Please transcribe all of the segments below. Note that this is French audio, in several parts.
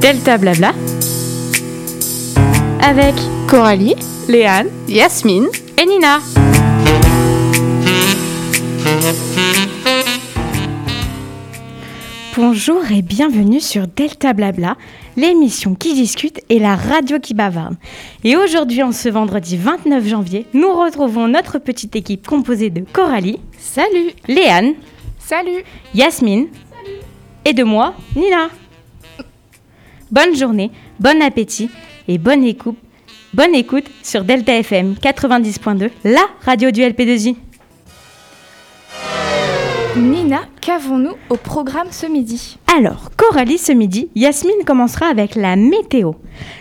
Delta Blabla avec Coralie, Léane Yasmine. et Nina. Bonjour et bienvenue sur Delta Blabla, l'émission qui discute et la radio qui bavarde. Et aujourd'hui, en ce vendredi 29 janvier, nous retrouvons notre petite équipe composée de Coralie, Salut Léane, Salut Yasmine et de moi, Nina. Bonne journée, bon appétit et bonne écoute, bonne écoute sur Delta FM 90.2, la radio du LP2I. Nina, qu'avons-nous au programme ce midi Alors, Coralie, ce midi, Yasmine commencera avec la météo.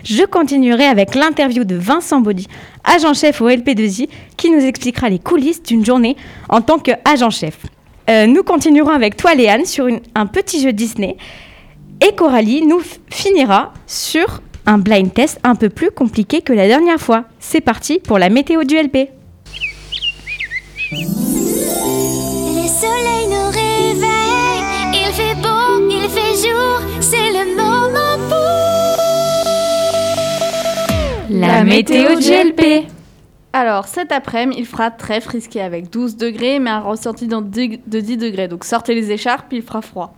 Je continuerai avec l'interview de Vincent Baudy, agent-chef au LP2I, qui nous expliquera les coulisses d'une journée en tant qu'agent-chef. Euh, nous continuerons avec toi, Léane, sur une- un petit jeu Disney. Et Coralie nous f- finira sur un blind test un peu plus compliqué que la dernière fois. C'est parti pour la météo du LP. Le soleil nous réveille, il fait beau, il fait jour, c'est le moment pour La météo du GLP Alors, cet après-midi, il fera très frisqué avec 12 degrés, mais un ressenti dans dix- de 10 degrés. Donc, sortez les écharpes, il fera froid.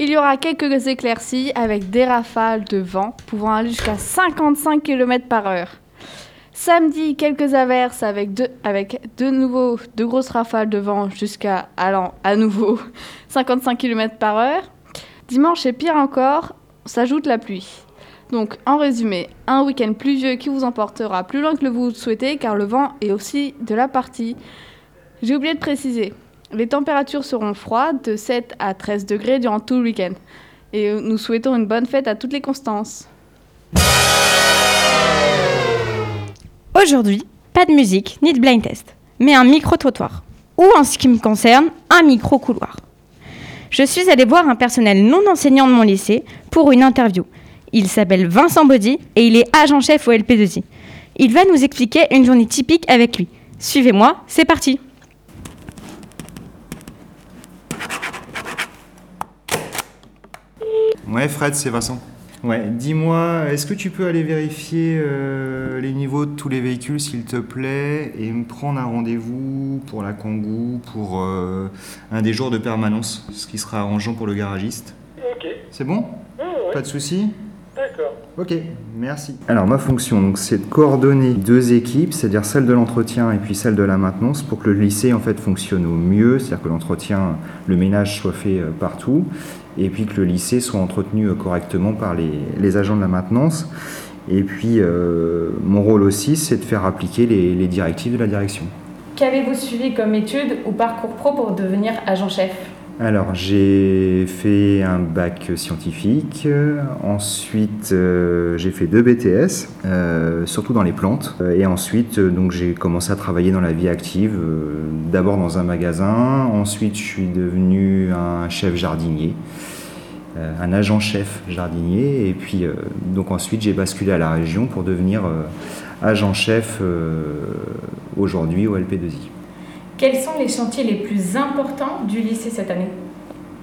Il y aura quelques éclaircies avec des rafales de vent pouvant aller jusqu'à 55 km par heure. Samedi, quelques averses avec deux, avec de nouveau de grosses rafales de vent jusqu'à allant à nouveau 55 km par heure. Dimanche et pire encore, s'ajoute la pluie. Donc, en résumé, un week-end pluvieux qui vous emportera plus loin que le vous souhaitez, car le vent est aussi de la partie. J'ai oublié de préciser, les températures seront froides de 7 à 13 degrés durant tout le week-end. Et nous souhaitons une bonne fête à toutes les Constances. Aujourd'hui, pas de musique ni de blind test, mais un micro-trottoir. Ou en ce qui me concerne, un micro-couloir. Je suis allée voir un personnel non enseignant de mon lycée pour une interview. Il s'appelle Vincent Baudy et il est agent-chef au LP2I. Il va nous expliquer une journée typique avec lui. Suivez-moi, c'est parti Ouais, Fred, c'est Vincent. Ouais, dis-moi, est-ce que tu peux aller vérifier euh, les niveaux de tous les véhicules, s'il te plaît, et me prendre un rendez-vous pour la Kangoo, pour euh, un des jours de permanence, ce qui sera arrangeant pour le garagiste Ok, C'est bon Pas de soucis d'accord. Ok, merci. Alors ma fonction, donc, c'est de coordonner deux équipes, c'est-à-dire celle de l'entretien et puis celle de la maintenance, pour que le lycée en fait fonctionne au mieux, c'est-à-dire que l'entretien, le ménage soit fait euh, partout, et puis que le lycée soit entretenu euh, correctement par les, les agents de la maintenance. Et puis euh, mon rôle aussi, c'est de faire appliquer les- les directives de la direction. Qu'avez-vous suivi comme études ou parcours pro pour devenir agent-chef Alors, j'ai fait un bac scientifique. euh, Ensuite, euh, j'ai fait deux BTS, euh, surtout dans les plantes. Euh, Et ensuite, euh, donc, j'ai commencé à travailler dans la vie active, euh, d'abord dans un magasin. Ensuite, je suis devenu un chef jardinier, euh, un agent chef jardinier. Et puis, euh, donc ensuite, j'ai basculé à la région pour devenir euh, agent chef euh, aujourd'hui au LP2I. Quels sont les chantiers les plus importants du lycée cette année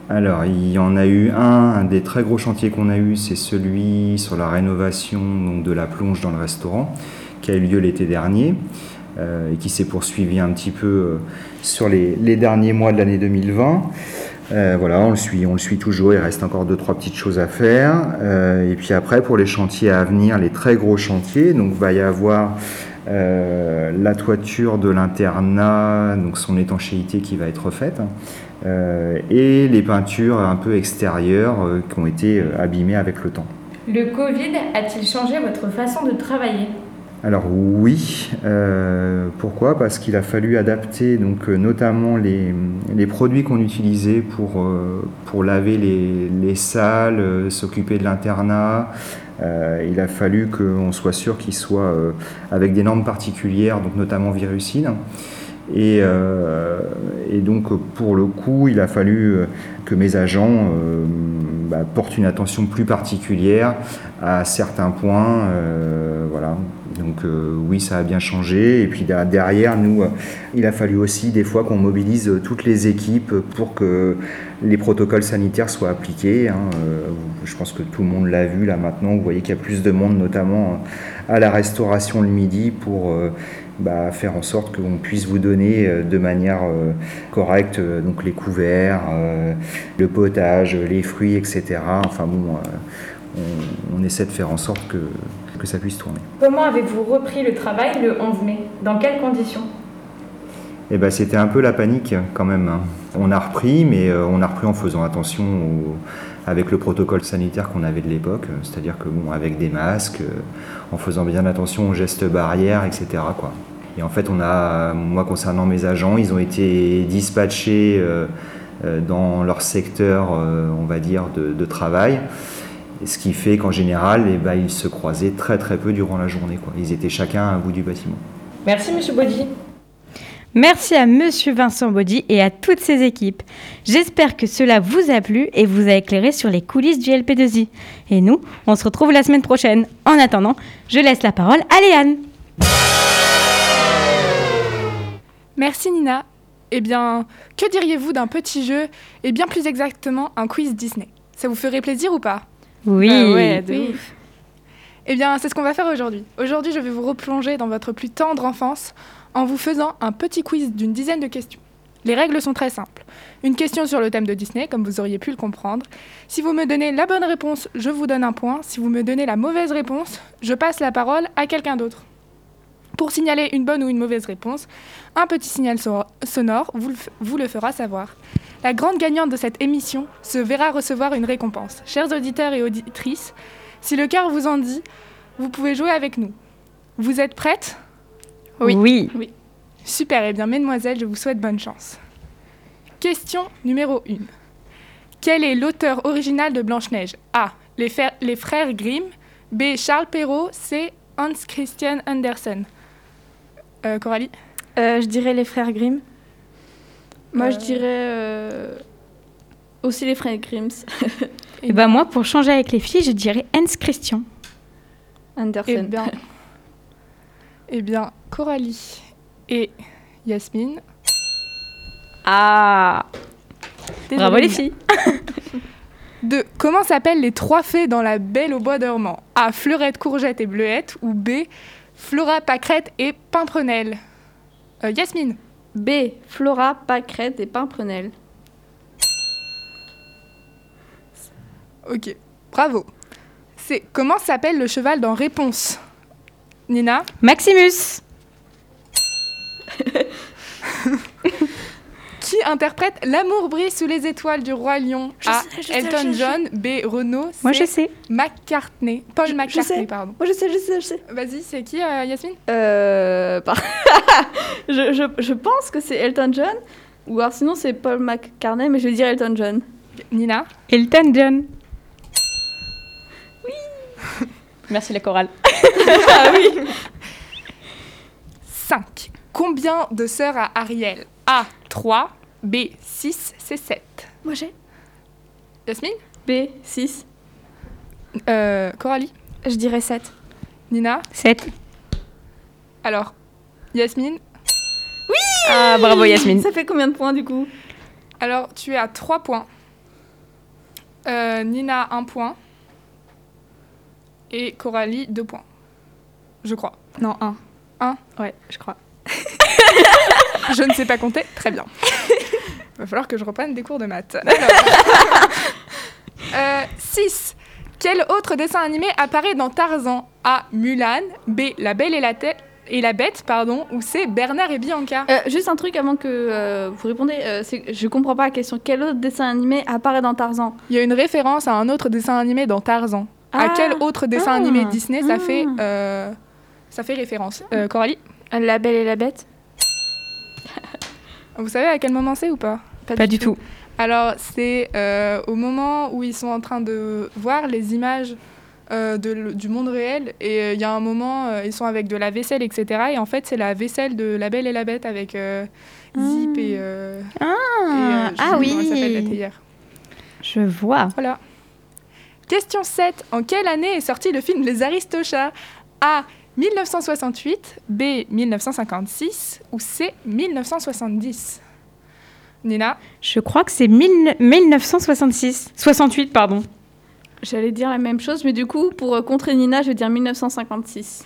Alors, il y en a eu un, un des très gros chantiers qu'on a eu, c'est celui sur la rénovation donc, de la plonge dans le restaurant, qui a eu lieu l'été dernier, euh, et qui s'est poursuivi un petit peu euh, sur les, les derniers mois de l'année 2020. Euh, voilà, on le, suit, on le suit toujours, il reste encore deux, trois petites choses à faire. Euh, et puis après, pour les chantiers à venir, les très gros chantiers, donc va y avoir euh, la toiture de l'internat, donc son étanchéité qui va être faite. Euh, et les peintures un peu extérieures euh, qui ont été euh, abîmées avec le temps. Le Covid a-t-il changé votre façon de travailler Alors oui, euh, pourquoi Parce qu'il a fallu adapter donc euh, notamment les, les produits qu'on utilisait pour, euh, pour laver les, les salles, euh, s'occuper de l'internat. Euh, il a fallu qu'on soit sûr qu'ils soient euh, avec des normes particulières, donc notamment virucines. Et, euh, et donc pour le coup, il a fallu euh, que mes agents euh, bah, portent une attention plus particulière à certains points. euh, voilà. Donc euh, oui, ça a bien changé. Et puis da- derrière, nous, euh, il a fallu aussi des fois qu'on mobilise euh, toutes les équipes pour que les protocoles sanitaires soient appliqués. hein. Euh, Je pense que tout le monde l'a vu là maintenant. Vous voyez qu'il y a plus de monde, notamment euh, à la restauration le midi, pour euh, bah, faire en sorte qu'on puisse vous donner euh, de manière euh, correcte euh, donc les couverts, euh, le potage, les fruits, etc. Enfin bon, euh, on, on essaie de faire en sorte que, que ça puisse tourner. Comment avez-vous repris le travail le 11 mai Dans quelles conditions Eh ben, c'était un peu la panique quand même. hein. On a repris, mais euh, on a repris en faisant attention au- avec le protocole sanitaire qu'on avait de l'époque, euh, c'est-à-dire que bon, avec des masques, euh, en faisant bien attention aux gestes barrières, etc. Quoi. Et en fait, on a, moi concernant mes agents, ils ont été dispatchés euh, euh, dans leur secteur, euh, on va dire, de, de travail. Et Ce qui fait qu'en général, eh ben, ils se croisaient très très peu durant la journée. Quoi. Ils étaient chacun à un bout du bâtiment. Merci, monsieur Baudy. Merci à Monsieur Vincent Baudy et à toutes ses équipes. J'espère que cela vous a plu et vous a éclairé sur les coulisses du LP2I. Et nous, on se retrouve la semaine prochaine. En attendant, je laisse la parole à Léane. Merci Nina. Eh bien, que diriez-vous d'un petit jeu et bien plus exactement un quiz Disney Ça vous ferait plaisir ou pas Oui. Bah ouais, de Oui. ouf. Eh bien, c'est ce qu'on va faire aujourd'hui. Aujourd'hui, je vais vous replonger dans votre plus tendre enfance en vous faisant un petit quiz d'une dizaine de questions. Les règles sont très simples. Une question sur le thème de Disney, comme vous auriez pu le comprendre. Si vous me donnez la bonne réponse, je vous donne un point. Si vous me donnez la mauvaise réponse, je passe la parole à quelqu'un d'autre. Pour signaler une bonne ou une mauvaise réponse, un petit signal so- sonore vous le f- vous le fera savoir. La grande gagnante de cette émission se verra recevoir une récompense. Chers auditeurs et auditrices, si le cœur vous en dit, vous pouvez jouer avec nous. Vous êtes prêtes Oui. Oui. Super, eh bien mesdemoiselles, je vous souhaite bonne chance. Question numéro 1. Quel est l'auteur original de Blanche-Neige A. Les, fer- les frères Grimm. B. Charles Perrault. C. Hans Christian Andersen. Euh, Coralie Euh, je dirais les frères Grimm. Moi, je Euh. dirais euh, aussi les frères Grimm. Et bah moi, pour changer avec les filles, je dirais Hans Christian. Eh Anderson. bien, eh bien, Coralie et Yasmine. Ah Bravo les filles. De comment s'appellent les trois fées dans La Belle au bois dormant A. Fleurette, courgette et bleuette ou B. Flora, pâquerette et pimprenelle. Euh, Yasmine. B. Flora, Pâquerette et Pimprenelle. Ok. Bravo. C'est comment s'appelle le cheval dans Réponse Nina. Maximus. Qui interprète L'amour brille sous les étoiles du roi lion A. Elton John. B. Renaud. C. Moi je sais. McCartney. Paul Je- je McCartney, sais. pardon. Moi, je sais, je sais, je sais. Vas-y, c'est qui, euh, Yasmine Euh, par- je, je- je pense que c'est Elton John, ou alors sinon c'est Paul McCartney, mais je dirais Elton John. Nina. Elton John. Merci la chorale. 5. Combien de sœurs a Ariel A 3, B 6, C 7. Moi j'ai Yasmine B, 6. Euh, Coralie Je dirais 7. Nina 7. Alors, Yasmine Ah bravo Yasmine. Ça fait combien de points du coup Alors, tu es à 3 points. Euh, Nina, 1 point. Et Coralie, 2 points. Je crois. Non, 1. Ouais, je crois. je ne sais pas compter. Très bien. Va falloir que je reprenne des cours de maths. 6. Quel autre dessin animé apparaît dans Tarzan A. Mulan, B. La Belle et la, Tête- et la Bête, pardon, ou C. Bernard et Bianca Euh, Juste un truc avant que euh, vous répondez, euh, c'est- je comprends pas la question. Quel autre dessin animé apparaît dans Tarzan Il y a une référence à un autre dessin animé dans Tarzan. à Ah, quel autre dessin animé ah, Disney ça, ah. fait, Hmm. euh, ça fait référence Euh, Coralie, La Belle et la Bête vous savez à quel moment c'est ou pas Pas du tout. Alors, c'est euh, au moment où ils sont en train de voir les images euh, de l- du monde réel. Et euh, il y a un moment, euh, ils sont avec de la vaisselle, etc. Et en fait, c'est la vaisselle de La Belle et la Bête avec euh, Zip et. euh, et, euh, je sais Hmm. ah plus comment elle oui. s'appelle, la théière. Je vois. Voilà. Question 7. En quelle année est sorti le film Les Aristochats A. 1968, B. 1956 ou C. 1970 Nina Je crois que c'est 1000 1966. 68, pardon. J'allais dire la même chose, mais du coup, pour euh, contrer Nina, je vais dire 1956.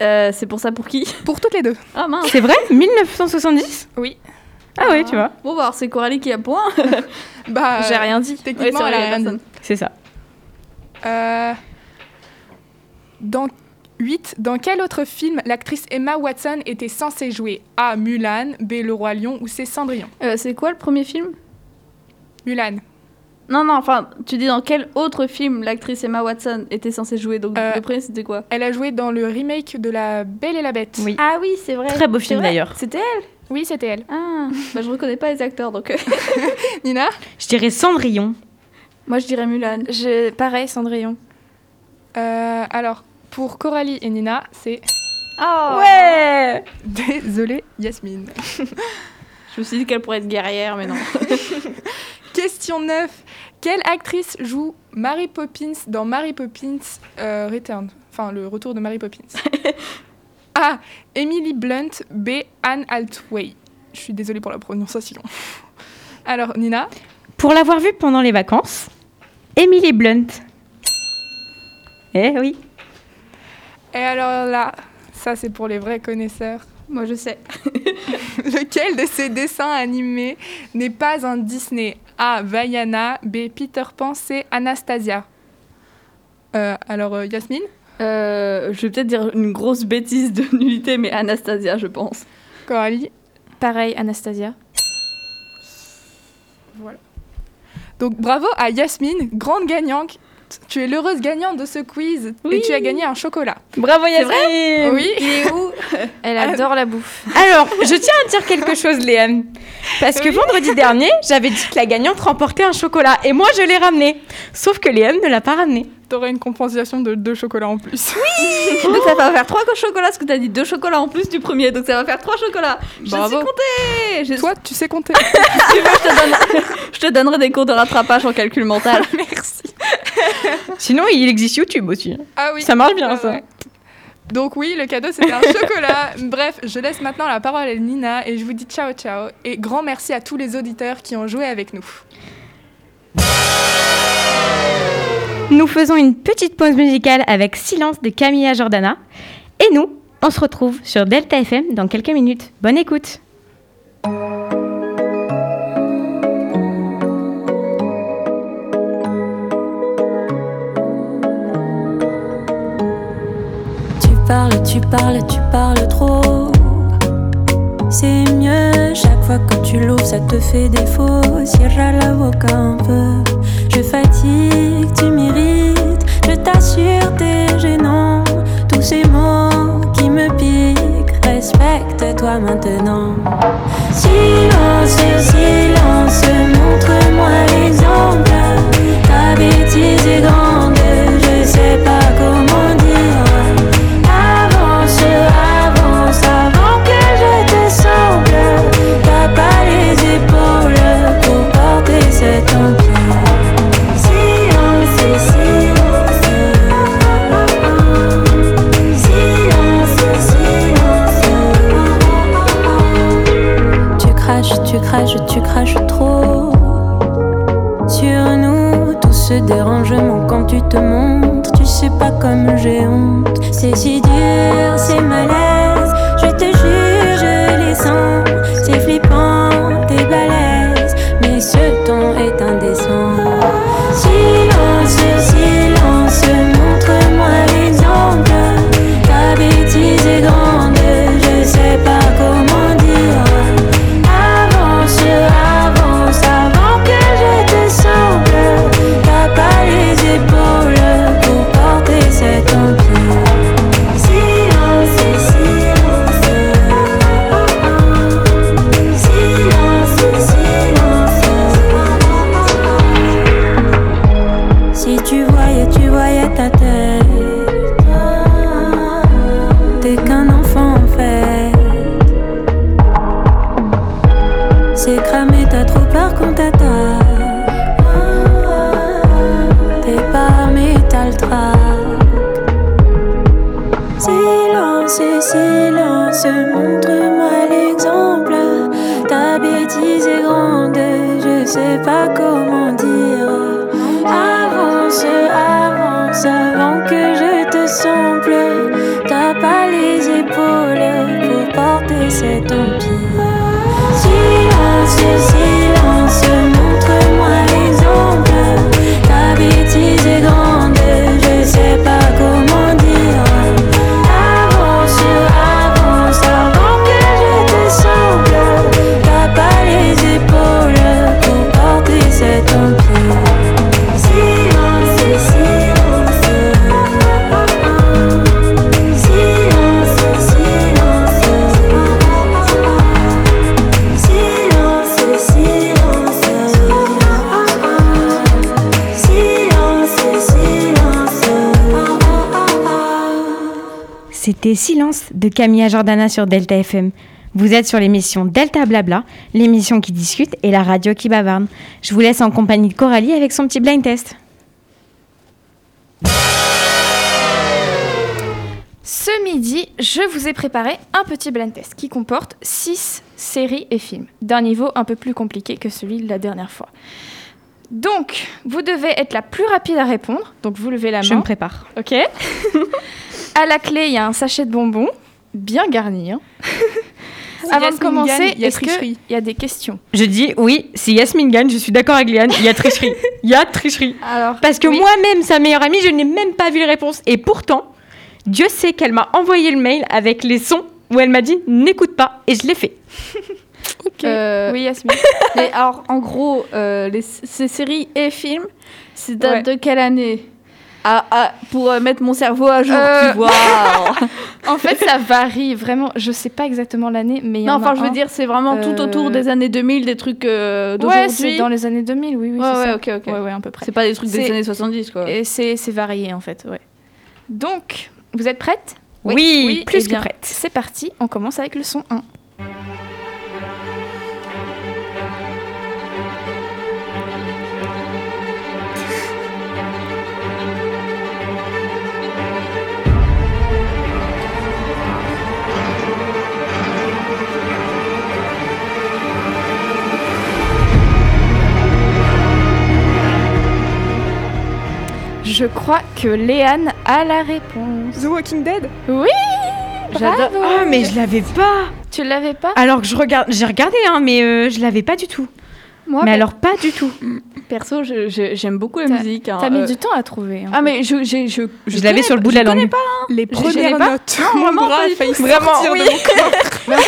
Euh, c'est pour ça pour qui Pour toutes les deux. Ah mince C'est vrai 1970 Oui. Ah oui, tu vois, Bon, bah alors c'est Coralie qui a point. Bah, J'ai rien dit. techniquement, c'est vrai, elle a y a rien dit. personne. c'est ça. Euh, dans 8, dans quel autre film l'actrice Emma Watson était censée jouer A. Mulan, B. Le Roi Lion ou C. Cendrillon Euh, c'est quoi le premier film Mulan. Non, non, enfin, tu dis dans quel autre film l'actrice Emma Watson était censée jouer Donc Euh, le premier, c'était quoi Elle a joué dans le remake de La Belle et la Bête. Oui. Ah oui, c'est vrai. Très beau C'est film, vrai. d'ailleurs. C'était elle Oui, c'était elle. Ah, bah, je reconnais pas les acteurs, donc... euh, Nina Je dirais Cendrillon. Moi, je dirais Mulan. Je... Pareil, Cendrillon. Euh, Alors, pour Coralie et Nina, c'est Ah Ouais Désolée Yasmine. Je me suis dit qu'elle pourrait être guerrière, mais non. Question 9. Quelle actrice joue Mary Poppins dans Mary Poppins euh, Return Enfin, le retour de Mary Poppins. A. Emily Blunt. B. Anne Altway. Je suis désolée pour la prononciation. Alors, Nina Pour l'avoir vu pendant les vacances, Emily Blunt. Eh oui. Et alors là, ça c'est pour les vrais connaisseurs. Moi, je sais. Lequel de ces dessins animés n'est pas un Disney A. Vaiana. B. Peter Pan. C. Anastasia. Euh, alors, euh, Yasmine Euh, je vais peut-être dire une grosse bêtise de nullité, mais Anastasia, je pense. Coralie Pareil, Anastasia. Donc bravo à Yasmine, grande gagnante. Tu es l'heureuse gagnante de ce quiz et Oui. tu as gagné un chocolat. Bravo Eh Yasmine Oui. Il est où Elle Ah adore la bouffe. Alors, je tiens à dire quelque chose, Léane. Parce que vendredi dernier, j'avais dit que la gagnante remportait un chocolat. Et moi, je l'ai ramené. Sauf que Léane ne l'a pas ramené. T'aurais une compensation de deux chocolats en plus. Donc ça va faire trois chocolats, parce que t'as dit deux chocolats en plus du premier, donc ça va faire trois chocolats. Bravo. Je suis comptée. Je- Toi, tu sais compter. si tu veux, je, te donne- je te donnerai des cours de rattrapage en calcul mental. Sinon, il existe YouTube aussi. hein. Ah oui. Ça marche bien, Ah ça. ouais. Donc oui, le cadeau c'était un chocolat. Bref, je laisse maintenant la parole à Nina et je vous dis ciao ciao et grand merci à tous les auditeurs qui ont joué avec nous. Nous faisons une petite pause musicale avec Silence de Camilla Jordana. Et nous, on se retrouve sur Delta FM dans quelques minutes. Bonne écoute Tu parles, tu parles, tu parles trop. C'est mieux, chaque fois que tu l'ouvres, ça te fait défaut. Cierra la boca un peu. Je fatigue, tu m'irrites. Je t'assure, t'es gênant. Tous ces mots qui me piquent, respecte-toi maintenant. Silence, silence, montre-moi l'exemple. Ta bêtise est grande, je sais pas comment dire. Avance, avance, avant que je te semble. T'as pas les épaules pour porter cet empire. Silence, silence. Silence, silence. Tu craches, tu craches, tu craches trop sur nous. Tout ce dérangement quand tu te montres, tu sais pas comme j'ai honte. C'est si dur, c'est malaise. Je te jure, je les sens. C'est flippant, t'es balèze, mais ce ton est indécent. Silence, silence, montre-moi l'exemple. Ta bêtise est grande, je sais pas comment dire. Avance, avance, avant que je te semble. T'as pas les épaules pour porter cet empire. Silence, silence. Silence, silence. Si tu voyais, tu voyais ta tête. T'es qu'un enfant en fait. C'est cramé, t'as trop peur qu'on t'attaque. ce silence, montre-moi l'exemple. Ta bêtise est grande, je sais pas comment dire. Avance, avance avant que je te semble. T'as pas les épaules pour porter cet empire. Silence, silence, montre-moi l'exemple. Ta bêtise est grande, je sais pas comment dire. Avance, avance avant que je te semble. T'as pas les épaules pour porter cet empire. Silence, silence. Silence, silence. Silence, silence. Silence, silence. C'était Silence de Camilla Jordana sur Delta FM. Vous êtes sur l'émission Delta Blabla, l'émission qui discute et la radio qui bavarde. Je vous laisse en compagnie de Coralie avec son petit blind test. Ce midi, je vous ai préparé un petit blind test qui comporte 6 séries et films, d'un niveau un peu plus compliqué que celui de la dernière fois. Donc, vous devez être la plus rapide à répondre, donc vous levez la main. Je me prépare. Ok. à la clé, il y a un sachet de bonbons, bien garni. hein. Avant de Yasmine gagne, commencer, il y a est-ce qu'il tricherie. y a des questions Je dis oui, si Yasmine gagne, je suis d'accord avec Liane, il y a tricherie. Il y a tricherie. Alors, Parce que Oui. moi-même, sa meilleure amie, je n'ai même pas vu les réponses. Et pourtant, Dieu sait qu'elle m'a envoyé le mail avec les sons où elle m'a dit n'écoute pas. Et je l'ai fait. Euh, oui, Yasmine. mais alors, en gros, euh, les, ces séries et films, c'est date de quelle année Ah, ah, Pour euh, mettre mon cerveau à jour, Euh, tu vois. En fait, ça varie vraiment. Je sais pas exactement l'année, mais il y non, en a enfin, je veux un. dire, c'est vraiment tout Euh, autour des années 2000, des trucs euh, Ouais, c'est d'aujourd'hui. dans les années 2000, oui, oui, ouais, c'est ouais, ça. ok, ok. Ouais, ouais, à peu près. C'est pas des trucs des C'est- années 70, quoi. Et c'est c'est varié en fait, ouais. Donc, vous êtes prête Oui, eh plus que bien, prête. C'est parti, on commence avec le son 1. Je crois que Léane a la réponse. The Walking Dead Oui J'adore. bravo. Ah, mais je l'avais pas. Tu l'avais pas Alors que je regarde, j'ai regardé, hein, mais euh, je l'avais pas du tout. Moi, mais pe- alors pas du tout. Perso, je- je- j'aime beaucoup la T'as- musique. hein, T'as mis euh, du temps à trouver. hein. Ah, mais je. Je, je, Je, l'avais sur le bout de la langue. connais Les premières pas. notes. Mon vraiment, bras pas a du failli tout. sortir Vraiment, de oui. mon corps.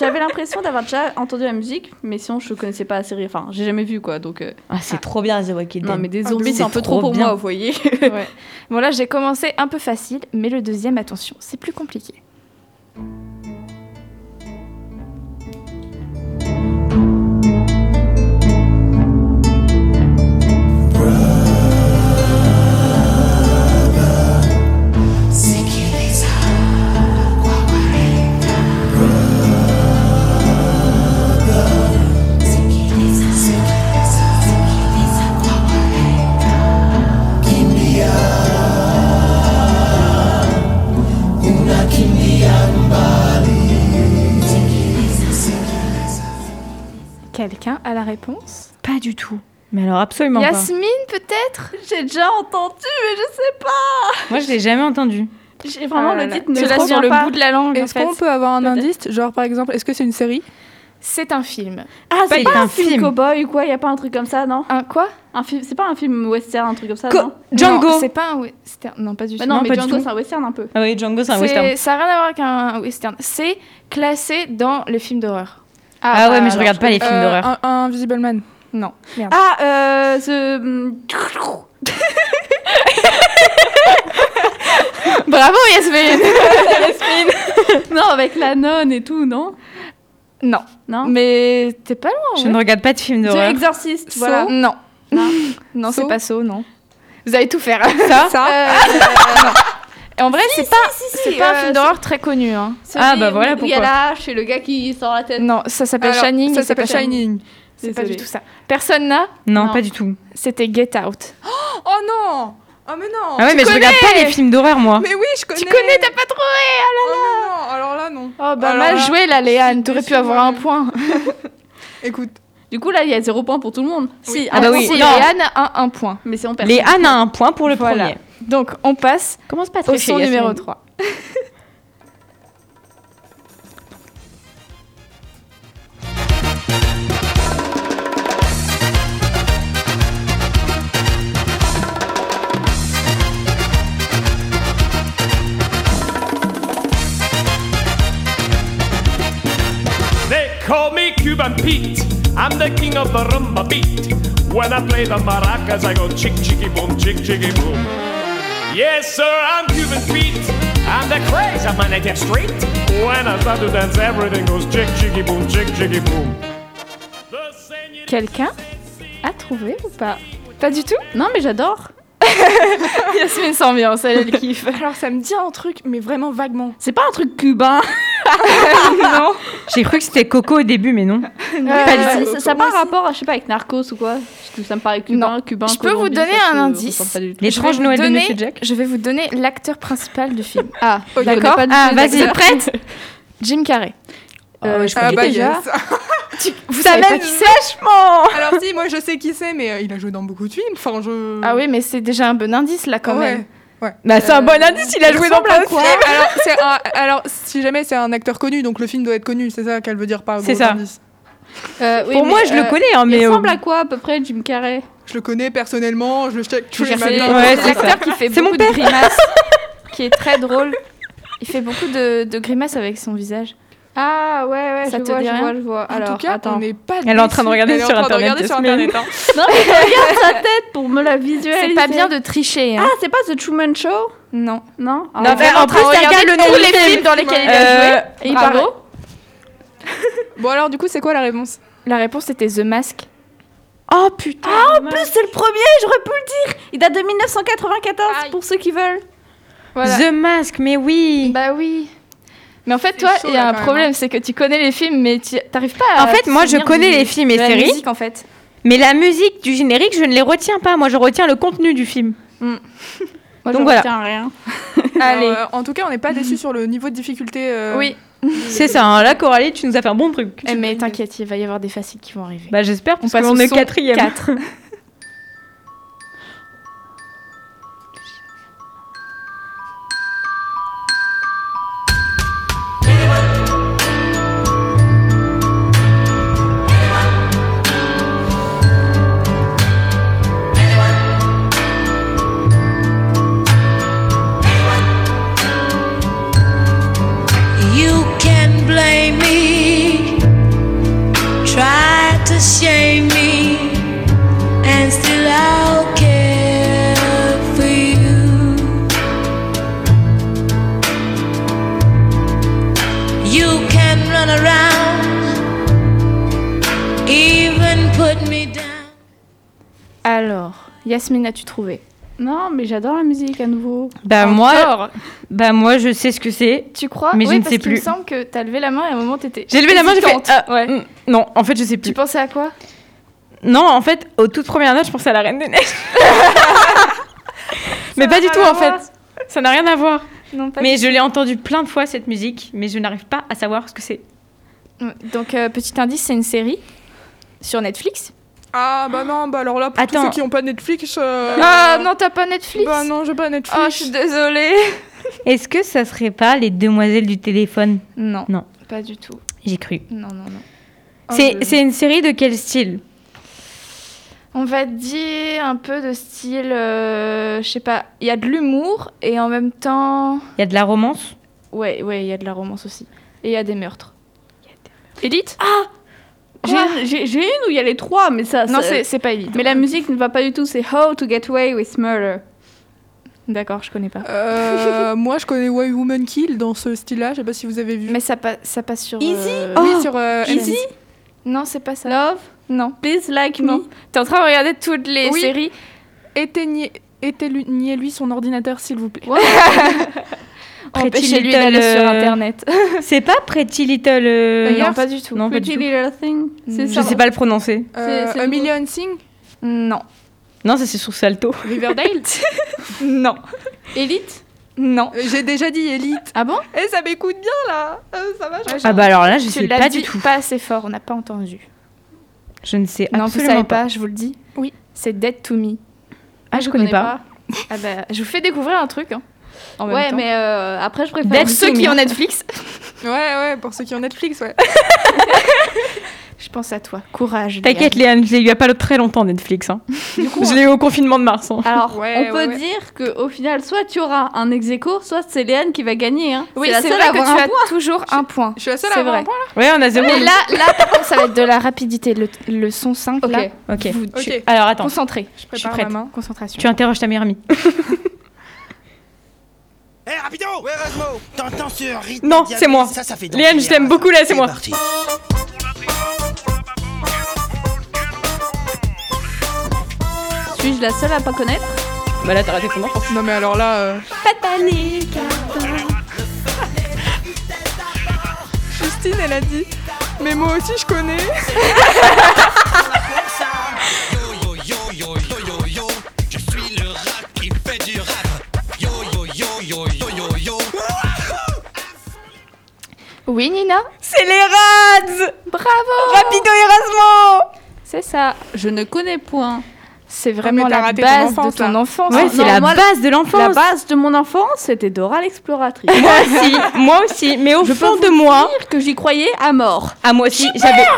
J'avais l'impression d'avoir déjà entendu la musique, mais sinon, je connaissais pas la série. Enfin, j'ai jamais vu, quoi. Donc. euh, Ah, c'est trop bien The Walking Non, mais des Ah, zombies, de c'est un ouf. peu C'est trop trop pour bien. moi, vous voyez. Ouais. Bon là j'ai commencé un peu facile, mais le deuxième, attention, c'est plus compliqué. Quelqu'un a la réponse Pas du tout. Mais alors absolument Yasmine peut-être J'ai déjà entendu, mais je sais pas. Moi, je l'ai jamais entendu. pas. J'ai vraiment Oh là le là. titre ne Tu l'as revient sur le pas. bout de la langue en Est-ce fait. qu'on peut avoir un Peut-être. indice Genre par exemple, est-ce que c'est une série C'est un film. Ah, c'est C'est pas un un film film. cowboy ou quoi Y a pas un truc comme ça, non Un quoi Un film, c'est pas un film western, un truc comme ça, Co- non Django. Non, C'est pas un western. Non, pas du Bah tout. non, Non, mais pas du Django, tout. c'est un western un peu. Ah oui, Django, c'est un C'est- western. Ça n'a rien à voir avec un western. C'est classé dans les films d'horreur. Ah, ouais, mais je alors, regarde pas les films Euh, d'horreur. un- un Invisible Man. Non. Merde. Ah, euh, ce. bravo Yasmine non, avec la nonne et tout, non Non, Non mais t'es pas loin. en Je vrai. ne regarde pas de films The d'horreur. Exorcist, voilà. Saw Non. Non. Non, c'est Saw pas Euh, Saw, non. Vous allez tout faire. Ça Et en vrai, c'est pas, c'est pas un film euh, d'horreur très connu. hein. Celui Ah, bah voilà où Il y a pourquoi. la hache et le gars qui sort la tête. Non, ça s'appelle Alors, Shining. Ça et c'est s'appelle pas Shining. C'est pas Désolée. du tout ça. Personne n'a, Non, Non. pas du tout. c'était Get Out. Oh non Oh mais non Ah ouais, tu mais je regarde connais pas les films d'horreur, moi. Mais oui, je connais Tu connais, t'as pas trouvé Ah Oh mais non, alors là, non. Oh bah Alors mal là, joué là, Léane, t'aurais pu déçue, avoir un moi. point. Écoute, Du coup, là, il y a zéro point pour tout le monde. Oui. Si, Ah un bah point oui. pour Si Léa, Léane a un point. mais si on perd. Les Anne a un point pour le Voilà. premier. Donc on passe Commence pas à au tricher, son Yasmine. numéro 3. They call me Cuban Pete. I'm the king of the rumba beat. When I play the maracas, I go chick chicky boom, chick chicky boom. Yes, sir, I'm Cuban Pete. I'm the craze of my native street. When I start to dance, everything goes chick chicky boom, chick chicky boom. The señorita Quelqu'un a trouvé ou pas Pas du tout Non, mais j'adore. Yasmine s'ambiance, elle, elle kiffe. alors ça me dit un truc, mais vraiment vaguement. C'est pas un truc cubain. non J'ai cru que c'était Coco au début, mais non. Euh, du ça- ça n'a pas un rapport, je sais pas, avec Narcos ou quoi Parce que ça me paraît cubain, cubain. Je peux vous Colombie, donner ça un se indice. ressemble pas du tout. L'étrange vous Noël de donner- Monsieur Jack. Je vais vous donner l'acteur principal du film. Ah, D'accord Ah, vas-y, prête prête Jim Carrey. Euh, je Ah, Ah connais bah déjà. yes Vous Ça savez pas m'aide qui c'est Alors si, moi je sais qui c'est, mais euh, il a joué dans beaucoup de films, enfin je... Ah oui, mais c'est déjà un bon indice là quand Ouais. même. Bah, c'est un bon indice, il a joué dans plein de Quoi alors, c'est un- alors, si jamais c'est un acteur connu, donc le film doit être connu, c'est ça qu'elle veut dire par C'est gros ça. indice. Euh, Pour moi, je le connais, hein, mais. Il euh, ressemble à quoi à peu près Jim Carrey Je le connais personnellement, je le check tous les cherchais- matins. Ouais, C'est c'est ça. l'acteur qui fait C'est mon beaucoup de grimaces, qui est très drôle. Il fait beaucoup de, de grimaces avec son visage. Ah, ouais, ouais, Ça je te vois, dit je rien vois, je vois. En Alors, tout cas, attends. on n'est pas. Elle est en train de déçus. regarder Elle est en sur train de Internet, regarder sur Yasmine. Internet, hein. Non, mais regarde sa tête pour me la visualiser. C'est pas bien de tricher, hein. Ah, c'est pas The Truman Show Non. Non Ah, Non, ouais. mais en plus, elle regarde le nom tous du les film. films dans lesquels il a joué. Euh, Et il Bravo. parle- Bon, alors, du coup, c'est quoi la réponse La réponse était The Mask. Oh putain. En plus, c'est le premier, j'aurais pu le dire Il date de 1994, pour ceux qui veulent. Voilà. The Mask, mais oui. Bah oui. Mais en fait, toi, chaud, il y a là, un quand même, hein. problème, c'est que tu connais les films, mais tu t'arrives pas à. En fait, te moi, je souvenir connais du- les films et de la séries. musique, en fait. Mais la musique du générique, je ne les retiens pas. Moi, je retiens le contenu du film. Moi, Donc j'en voilà. retiens rien. Allez. Alors, euh, en tout cas, on n'est pas déçus sur le niveau de difficulté. euh, oui. C'est ça, hein. là, Coralie, tu nous as fait un bon truc. Eh, mais t'inquiète, il va y avoir des faciles qui vont arriver. Bah, j'espère, parce passe qu'on au est son quatrième. 4. You can blame me, try to shame me, and still I'll care for you. You can run around, even put me down. Alors, Yasmine, as-tu trouvé Non, mais j'adore la musique à nouveau. Bah, moi, bah, moi, je sais ce que c'est. Tu crois Mais Oui, je ne parce sais qu'il me plus. semble que t'as levé la main et à un moment t'étais. J'ai levé la main, j'ai fait. hésitante. ah, Ouais. mm, Non, en fait, je sais Tu plus. pensais à quoi Non, en fait, aux toutes premières notes, je pensais à la Reine des Neiges. mais pas du tout, en fait. Ça n'a rien à voir. Non, pas. Mais je l'ai entendu plein de fois, cette musique, mais je n'arrive pas à savoir ce que c'est. Donc, euh, petit indice, c'est une série sur Netflix. Ah, bah non, bah alors là, pour tous Attends. ceux qui n'ont pas Netflix. euh, Ah non, t'as pas Netflix Bah non, j'ai pas Netflix. Oh, je suis désolée. Est-ce que ça serait pas les demoiselles du téléphone Non. Non. Pas du tout. J'ai cru. Non, non, non. Ah, C'est je- c'est une série de quel style On va dire un peu de style. euh, je sais pas. Il y a de l'humour et en même temps. Il y a de la romance Ouais, ouais, il y a de la romance aussi. Et il y a des meurtres. Elite J'ai une, j'ai- j'ai une où il y a les trois, mais ça. Non, ça- c'est c'est pas Elite. Mais la musique ne va pas du tout, c'est How to Get Away with Murder. D'accord, je connais pas. Euh, moi, je connais Why Woman Kill dans ce style-là. Je sais pas si vous avez vu. Mais ça, pa- ça passe sur. Easy euh, Oui, sur. euh, Easy M6. Non, c'est pas ça. Love, Non. please like me. Non. T'es en train de regarder toutes les Oui. séries. Éteignez. Éteignez-lui son ordinateur, s'il vous plaît. Oh, Pretty Empêchez-lui Little, d'aller euh, sur Internet. C'est pas Pretty Little. euh, non, pas du tout. Non, pas Pretty du tout. Little Thing. Mm. C'est Je ça. sais pas le prononcer. Euh, c'est A nouveau. Million Things Non. Non, ça c'est sur Salto. Riverdale Non. Elite Non. Euh, J'ai déjà dit Elite. Ah bon Eh, ça m'écoute bien là Euh, Ça va, je- Ah bah alors là, je Tu sais l'as pas dit du tout. Pas assez fort, on n'a pas entendu. Je ne sais non, vous absolument savez pas. pas. je vous le dis. Oui. C'est Dead to Me. Ah, je connais pas. Ah bah, je vous fais découvrir un truc. hein. En même Ouais, temps. mais euh, après, je préfère. Pour ceux qui ont Netflix, Ouais, ouais, pour ceux qui ont Netflix, ouais. je pense à toi. Courage. Léa. T'inquiète, Léane, je l'ai eu il y a pas très longtemps Netflix. hein. je l'ai eu au confinement de mars. hein. Alors, Ouais, on peut ouais, ouais. dire qu'au final, soit tu auras un ex aequo, soit c'est Léane qui va gagner. Hein. Oui, la c'est seule vrai à que avoir tu un as toujours un point. Je suis la seule à C'est avoir vrai. un point là Ouais, on a zéro. Mais là, là, par contre, ça va être de la rapidité. Le, le son 5, là. Ok. Ok. Vous, Ok, tu- Alors attends, Concentré. je Je suis prépare prête. ma main. Concentration. tu interroges ta meilleure amie. Eh, rapido Ouais, Rasmo T'entends ce rythme Non, diabolique c'est moi. Ça, ça fait danser Léane, je les t'aime races. beaucoup là, c'est moi. parti. Suis-je la seule à pas connaître Bah là, t'as raté ton enfant. Non, mais alors là. euh, Justine, elle a dit. Mais moi aussi, je connais. Yo, yo, yo, yo, yo, yo Je suis le rap qui fait du rap Yo, yo, yo, yo, yo, yo, yo Oui, Nina C'est les Rads Bravo Rapido Erasmo C'est ça. Je ne connais point. C'est mais vraiment t'as la raté base ton enfance, de ton là. enfance. Ouais, c'est non, la moi, base de La l'enfance. base de mon enfance, c'était Dora l'exploratrice. Moi aussi, moi aussi, mais au Je fond peux de moi, dire que j'y croyais à mort. à moi aussi, j'avais.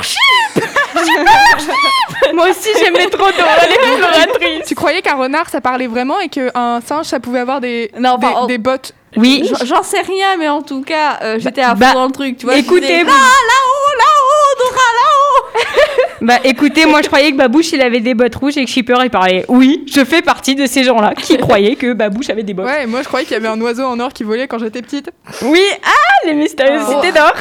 Moi aussi, j'aimais trop Dora l'exploratrice. Tu croyais qu'un renard ça parlait vraiment et qu'un singe ça pouvait avoir des, Non, des, enfin, oh. des bottes Oui, J- J'en sais rien, mais en tout cas, euh, j'étais à fond bah, dans le truc. Tu vois, je écoutez, disais, vous- là, là-haut, là-haut, Dora, là-haut. bah écoutez, moi je croyais que Babouche il avait des bottes rouges et que Shipper il parlait. Oui, je fais partie de ces gens-là qui croyaient que Babouche avait des bottes. Ouais, et moi je croyais qu'il y avait un oiseau en or qui volait quand j'étais petite. Oui, ah, les mystérieuses Oh. cités d'or.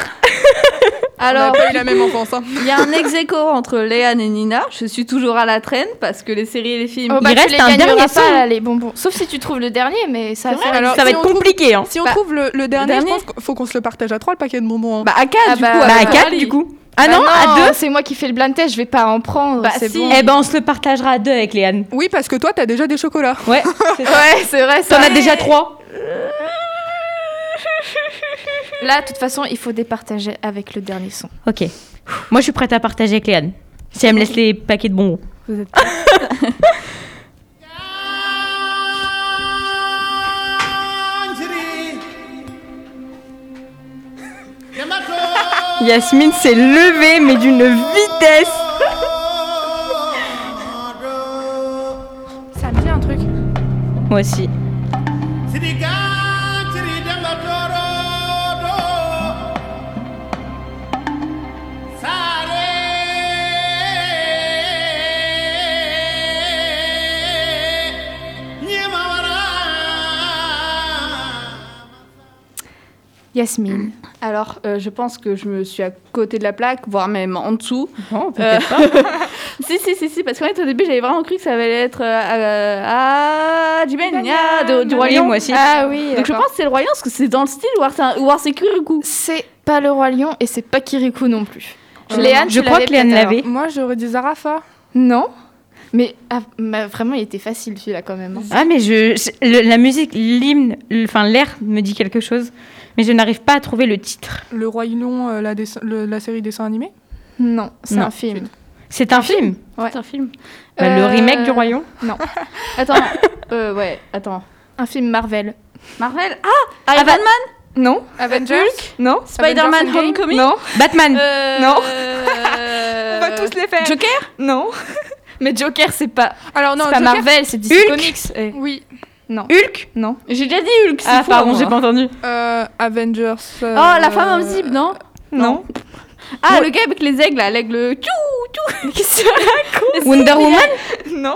Ah Alors, Alors, on n'a pas eu la même enfance. hein. il y a un ex aequo entre Léane et Nina. Je suis toujours à la traîne parce que les séries et les films. Oh, Il bah, tu reste les un gagneras dernier pas, son. là, les bonbons. Sauf si tu trouves le dernier, mais Bah, ça, ça va Alors, Ça va si être on trouve- compliqué, hein. Si on Bah, trouve le, le dernier, dernier je pense qu'il faut qu'on se le partage à trois le paquet de bonbons. hein. Bah, à 4 Ah du bah, coup. bah, Bah, à avec quatre Aurélie. du coup. Ah Bah non, à deux C'est moi qui fais le blind test, je vais pas en prendre. Bah, c'est si. bon. Eh ben, on se le partagera à deux avec Léane. Oui, parce que toi t'as déjà des chocolats. Ouais. Ouais, c'est vrai. Eh ben. T'en Ça. as déjà trois. Là, de toute façon, il faut départager avec le dernier son. Ok. Moi, je suis prête à partager avec Léane. Si elle me laisse les paquets de bonbons. Yasmine s'est levée, mais d'une vitesse. Ça me dit un truc. Moi aussi. Yasmine. Alors, euh, je pense que je me suis à côté de la plaque, voire même en dessous. Euh, Non, Si, si, si, si, parce qu'en fait, au début, j'avais vraiment cru que ça allait être. euh, euh, ah, Jimena, de- du Oui, Roi Lion. moi aussi. Ah oui. Donc, je d'accord. pense que c'est le Roi Lion, parce que c'est dans le style War, c'est un- War c'est Kirikou. c'est pas le roi lion et c'est pas Kirikou non plus. Euh, Léane, je tu crois l'avais que Léane peut-être, l'avait. Moi j'aurais dit Zarafa. alors. Non. Mais ah, bah, vraiment, il était facile celui-là quand même. hein. Ah, mais je, je- le- la musique, l'hymne, le- enfin l'air me dit quelque chose, mais je n'arrive pas à trouver le titre. Le Roi Lion, euh, la, dessin- le- la série dessin animé. Non, c'est Non. un film. C'est un film. C'est un film. Bah, Euh, Le remake du Royaume. Attends, euh, ouais, attends. Un film Marvel. Marvel Ah Iron bah- Man Non. Avengers Non. Spider-Man Avengers Endgame Homecoming Non. Batman. Euh, Non. euh, On va tous les faire. Joker Non. Mais Joker, c'est pas, Alors non, c'est pas Joker- Marvel, c'est DC Hulk Comics. eh. Oui, Hulk. Non. J'ai déjà dit Hulk, c'est Ah, fou, pardon, moi. j'ai pas entendu. euh, Avengers. euh, Oh, la femme invisible, non Non. Ah, le gars avec les aigles, là, l'aigle. Tchou, tchou Qu'est-ce que Wonder Woman. Non.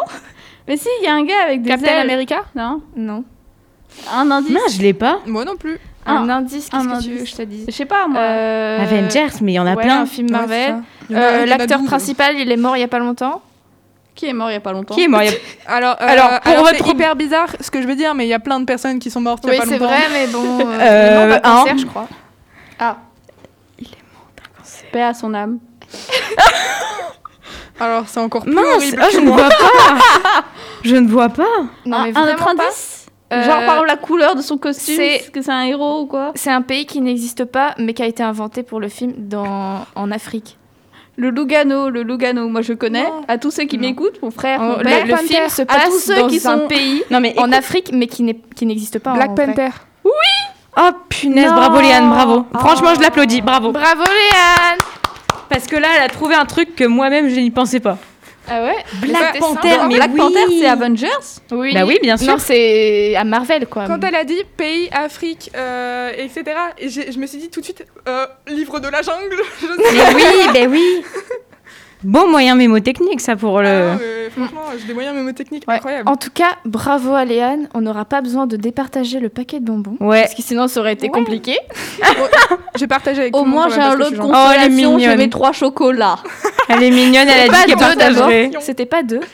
Mais si, il y a un gars avec des Captain ailes. America Non. Non. Un indice Non, je l'ai pas. Moi non plus. Un indice, un qu'est-ce que tu indice. veux que je te dise Je sais pas, moi. Euh, Avengers, mais il y en a ouais, plein. un film Ouais, Marvel. c'est ça. Il y en a- Euh, il y en a L'acteur 12. principal, il est mort il y a pas longtemps. Qui est mort il y a pas longtemps Qui est mort Il y a- Alors, euh, Alors, alors, pour c'est votre- hyper bizarre ce que je veux dire, mais il y a plein de personnes qui sont mortes il y Oui, a pas c'est longtemps. vrai, mais bon. euh, Euh, il est mort d'un un. cancer, je crois. Paix à son âme. Alors, c'est encore plus Mince, horrible ah, que je ne moi. vois pas. Je ne vois pas. Non, Un- mais Ah, un vraiment autre pas. indice Genre par la couleur de son costume, c'est- est-ce que c'est un héros ou quoi C'est un pays qui n'existe pas, mais qui a été inventé pour le film dans... en Afrique. Le Lugano, le Lugano, moi je connais. À tous ceux qui m'écoutent, mon frère, mon le père, le film se à passe tous ceux dans qui un sont pays en Afrique, mais qui n'est- qui n'existe pas. Black en vrai. Panther. Oh punaise, Non. bravo Léane, bravo. Franchement, je l'applaudis, bravo. Bravo Léane Parce que là, elle a trouvé un truc que moi-même, je n'y pensais pas. Ah ouais Black C'était Panther, simple. mais Black oui. Panther, c'est Avengers Oui. Bah oui, bien sûr. Non, c'est à Marvel quoi. Quand elle a dit pays, Afrique, euh, etc., et j'ai- je me suis dit tout de suite, euh, livre de la jungle, je sais Mais oui, ben oui. Bon moyen mémotechnique, ça, pour le... pas, mais franchement, j'ai des moyens mémotechniques Ouais. incroyables. En tout cas, bravo à Léane, on n'aura pas besoin de départager le paquet de bonbons. Ouais. Parce que sinon, ça aurait été Ouais. compliqué. J'ai partagé avec Au tout le moins monde j'ai un quand lot même, parce de que je suis Oh, elle est consolation, je mignonne. mets trois chocolats. Elle est mignonne, elle a dit Pas qu'elle deux d'abord. partagerait. C'était pas deux. gentille.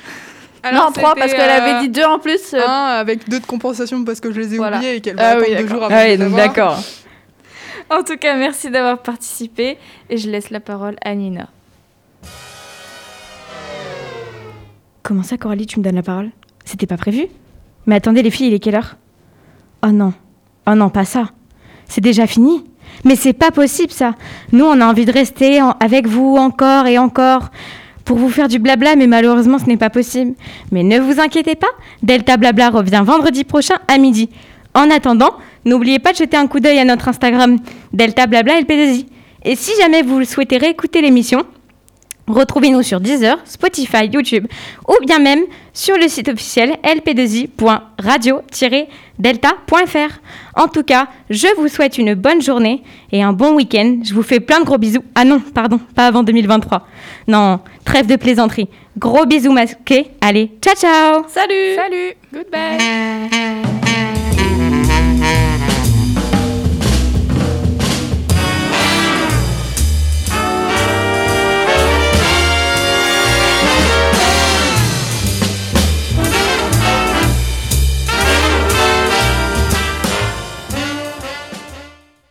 Alors, non, trois, parce c'était, qu'elle euh, avait dit deux en plus. euh, un avec deux de compensation parce que je les ai Voilà. oubliés et qu'elle va Ah oui, attendre deux jours avant. de Ouais, les donc avoir. d'accord. En tout cas, merci d'avoir participé et je laisse la parole à Nina. Comment ça, Coralie, tu me donnes la parole C'était pas prévu Mais attendez, les filles, il est quelle heure Oh non. Oh non, pas ça. C'est déjà fini. Mais c'est pas possible, ça. Nous, on a envie de rester en- avec vous encore et encore pour vous faire du blabla, mais malheureusement, ce n'est pas possible. Mais ne vous inquiétez pas, Delta Blabla revient vendredi prochain à midi. En attendant, n'oubliez pas de jeter un coup d'œil à notre Instagram, Delta Blabla LP2I. Et si jamais vous souhaitez réécouter l'émission, Retrouvez-nous sur Deezer, Spotify, YouTube ou bien même sur le site officiel lp2i.radio-delta.fr. En tout cas, je vous souhaite une bonne journée et un bon week-end. Je vous fais plein de gros bisous. Ah non, pardon, pas avant 2023. Non, trêve de plaisanterie. Gros bisous masqués. Allez, ciao ciao Salut Salut Goodbye Bye.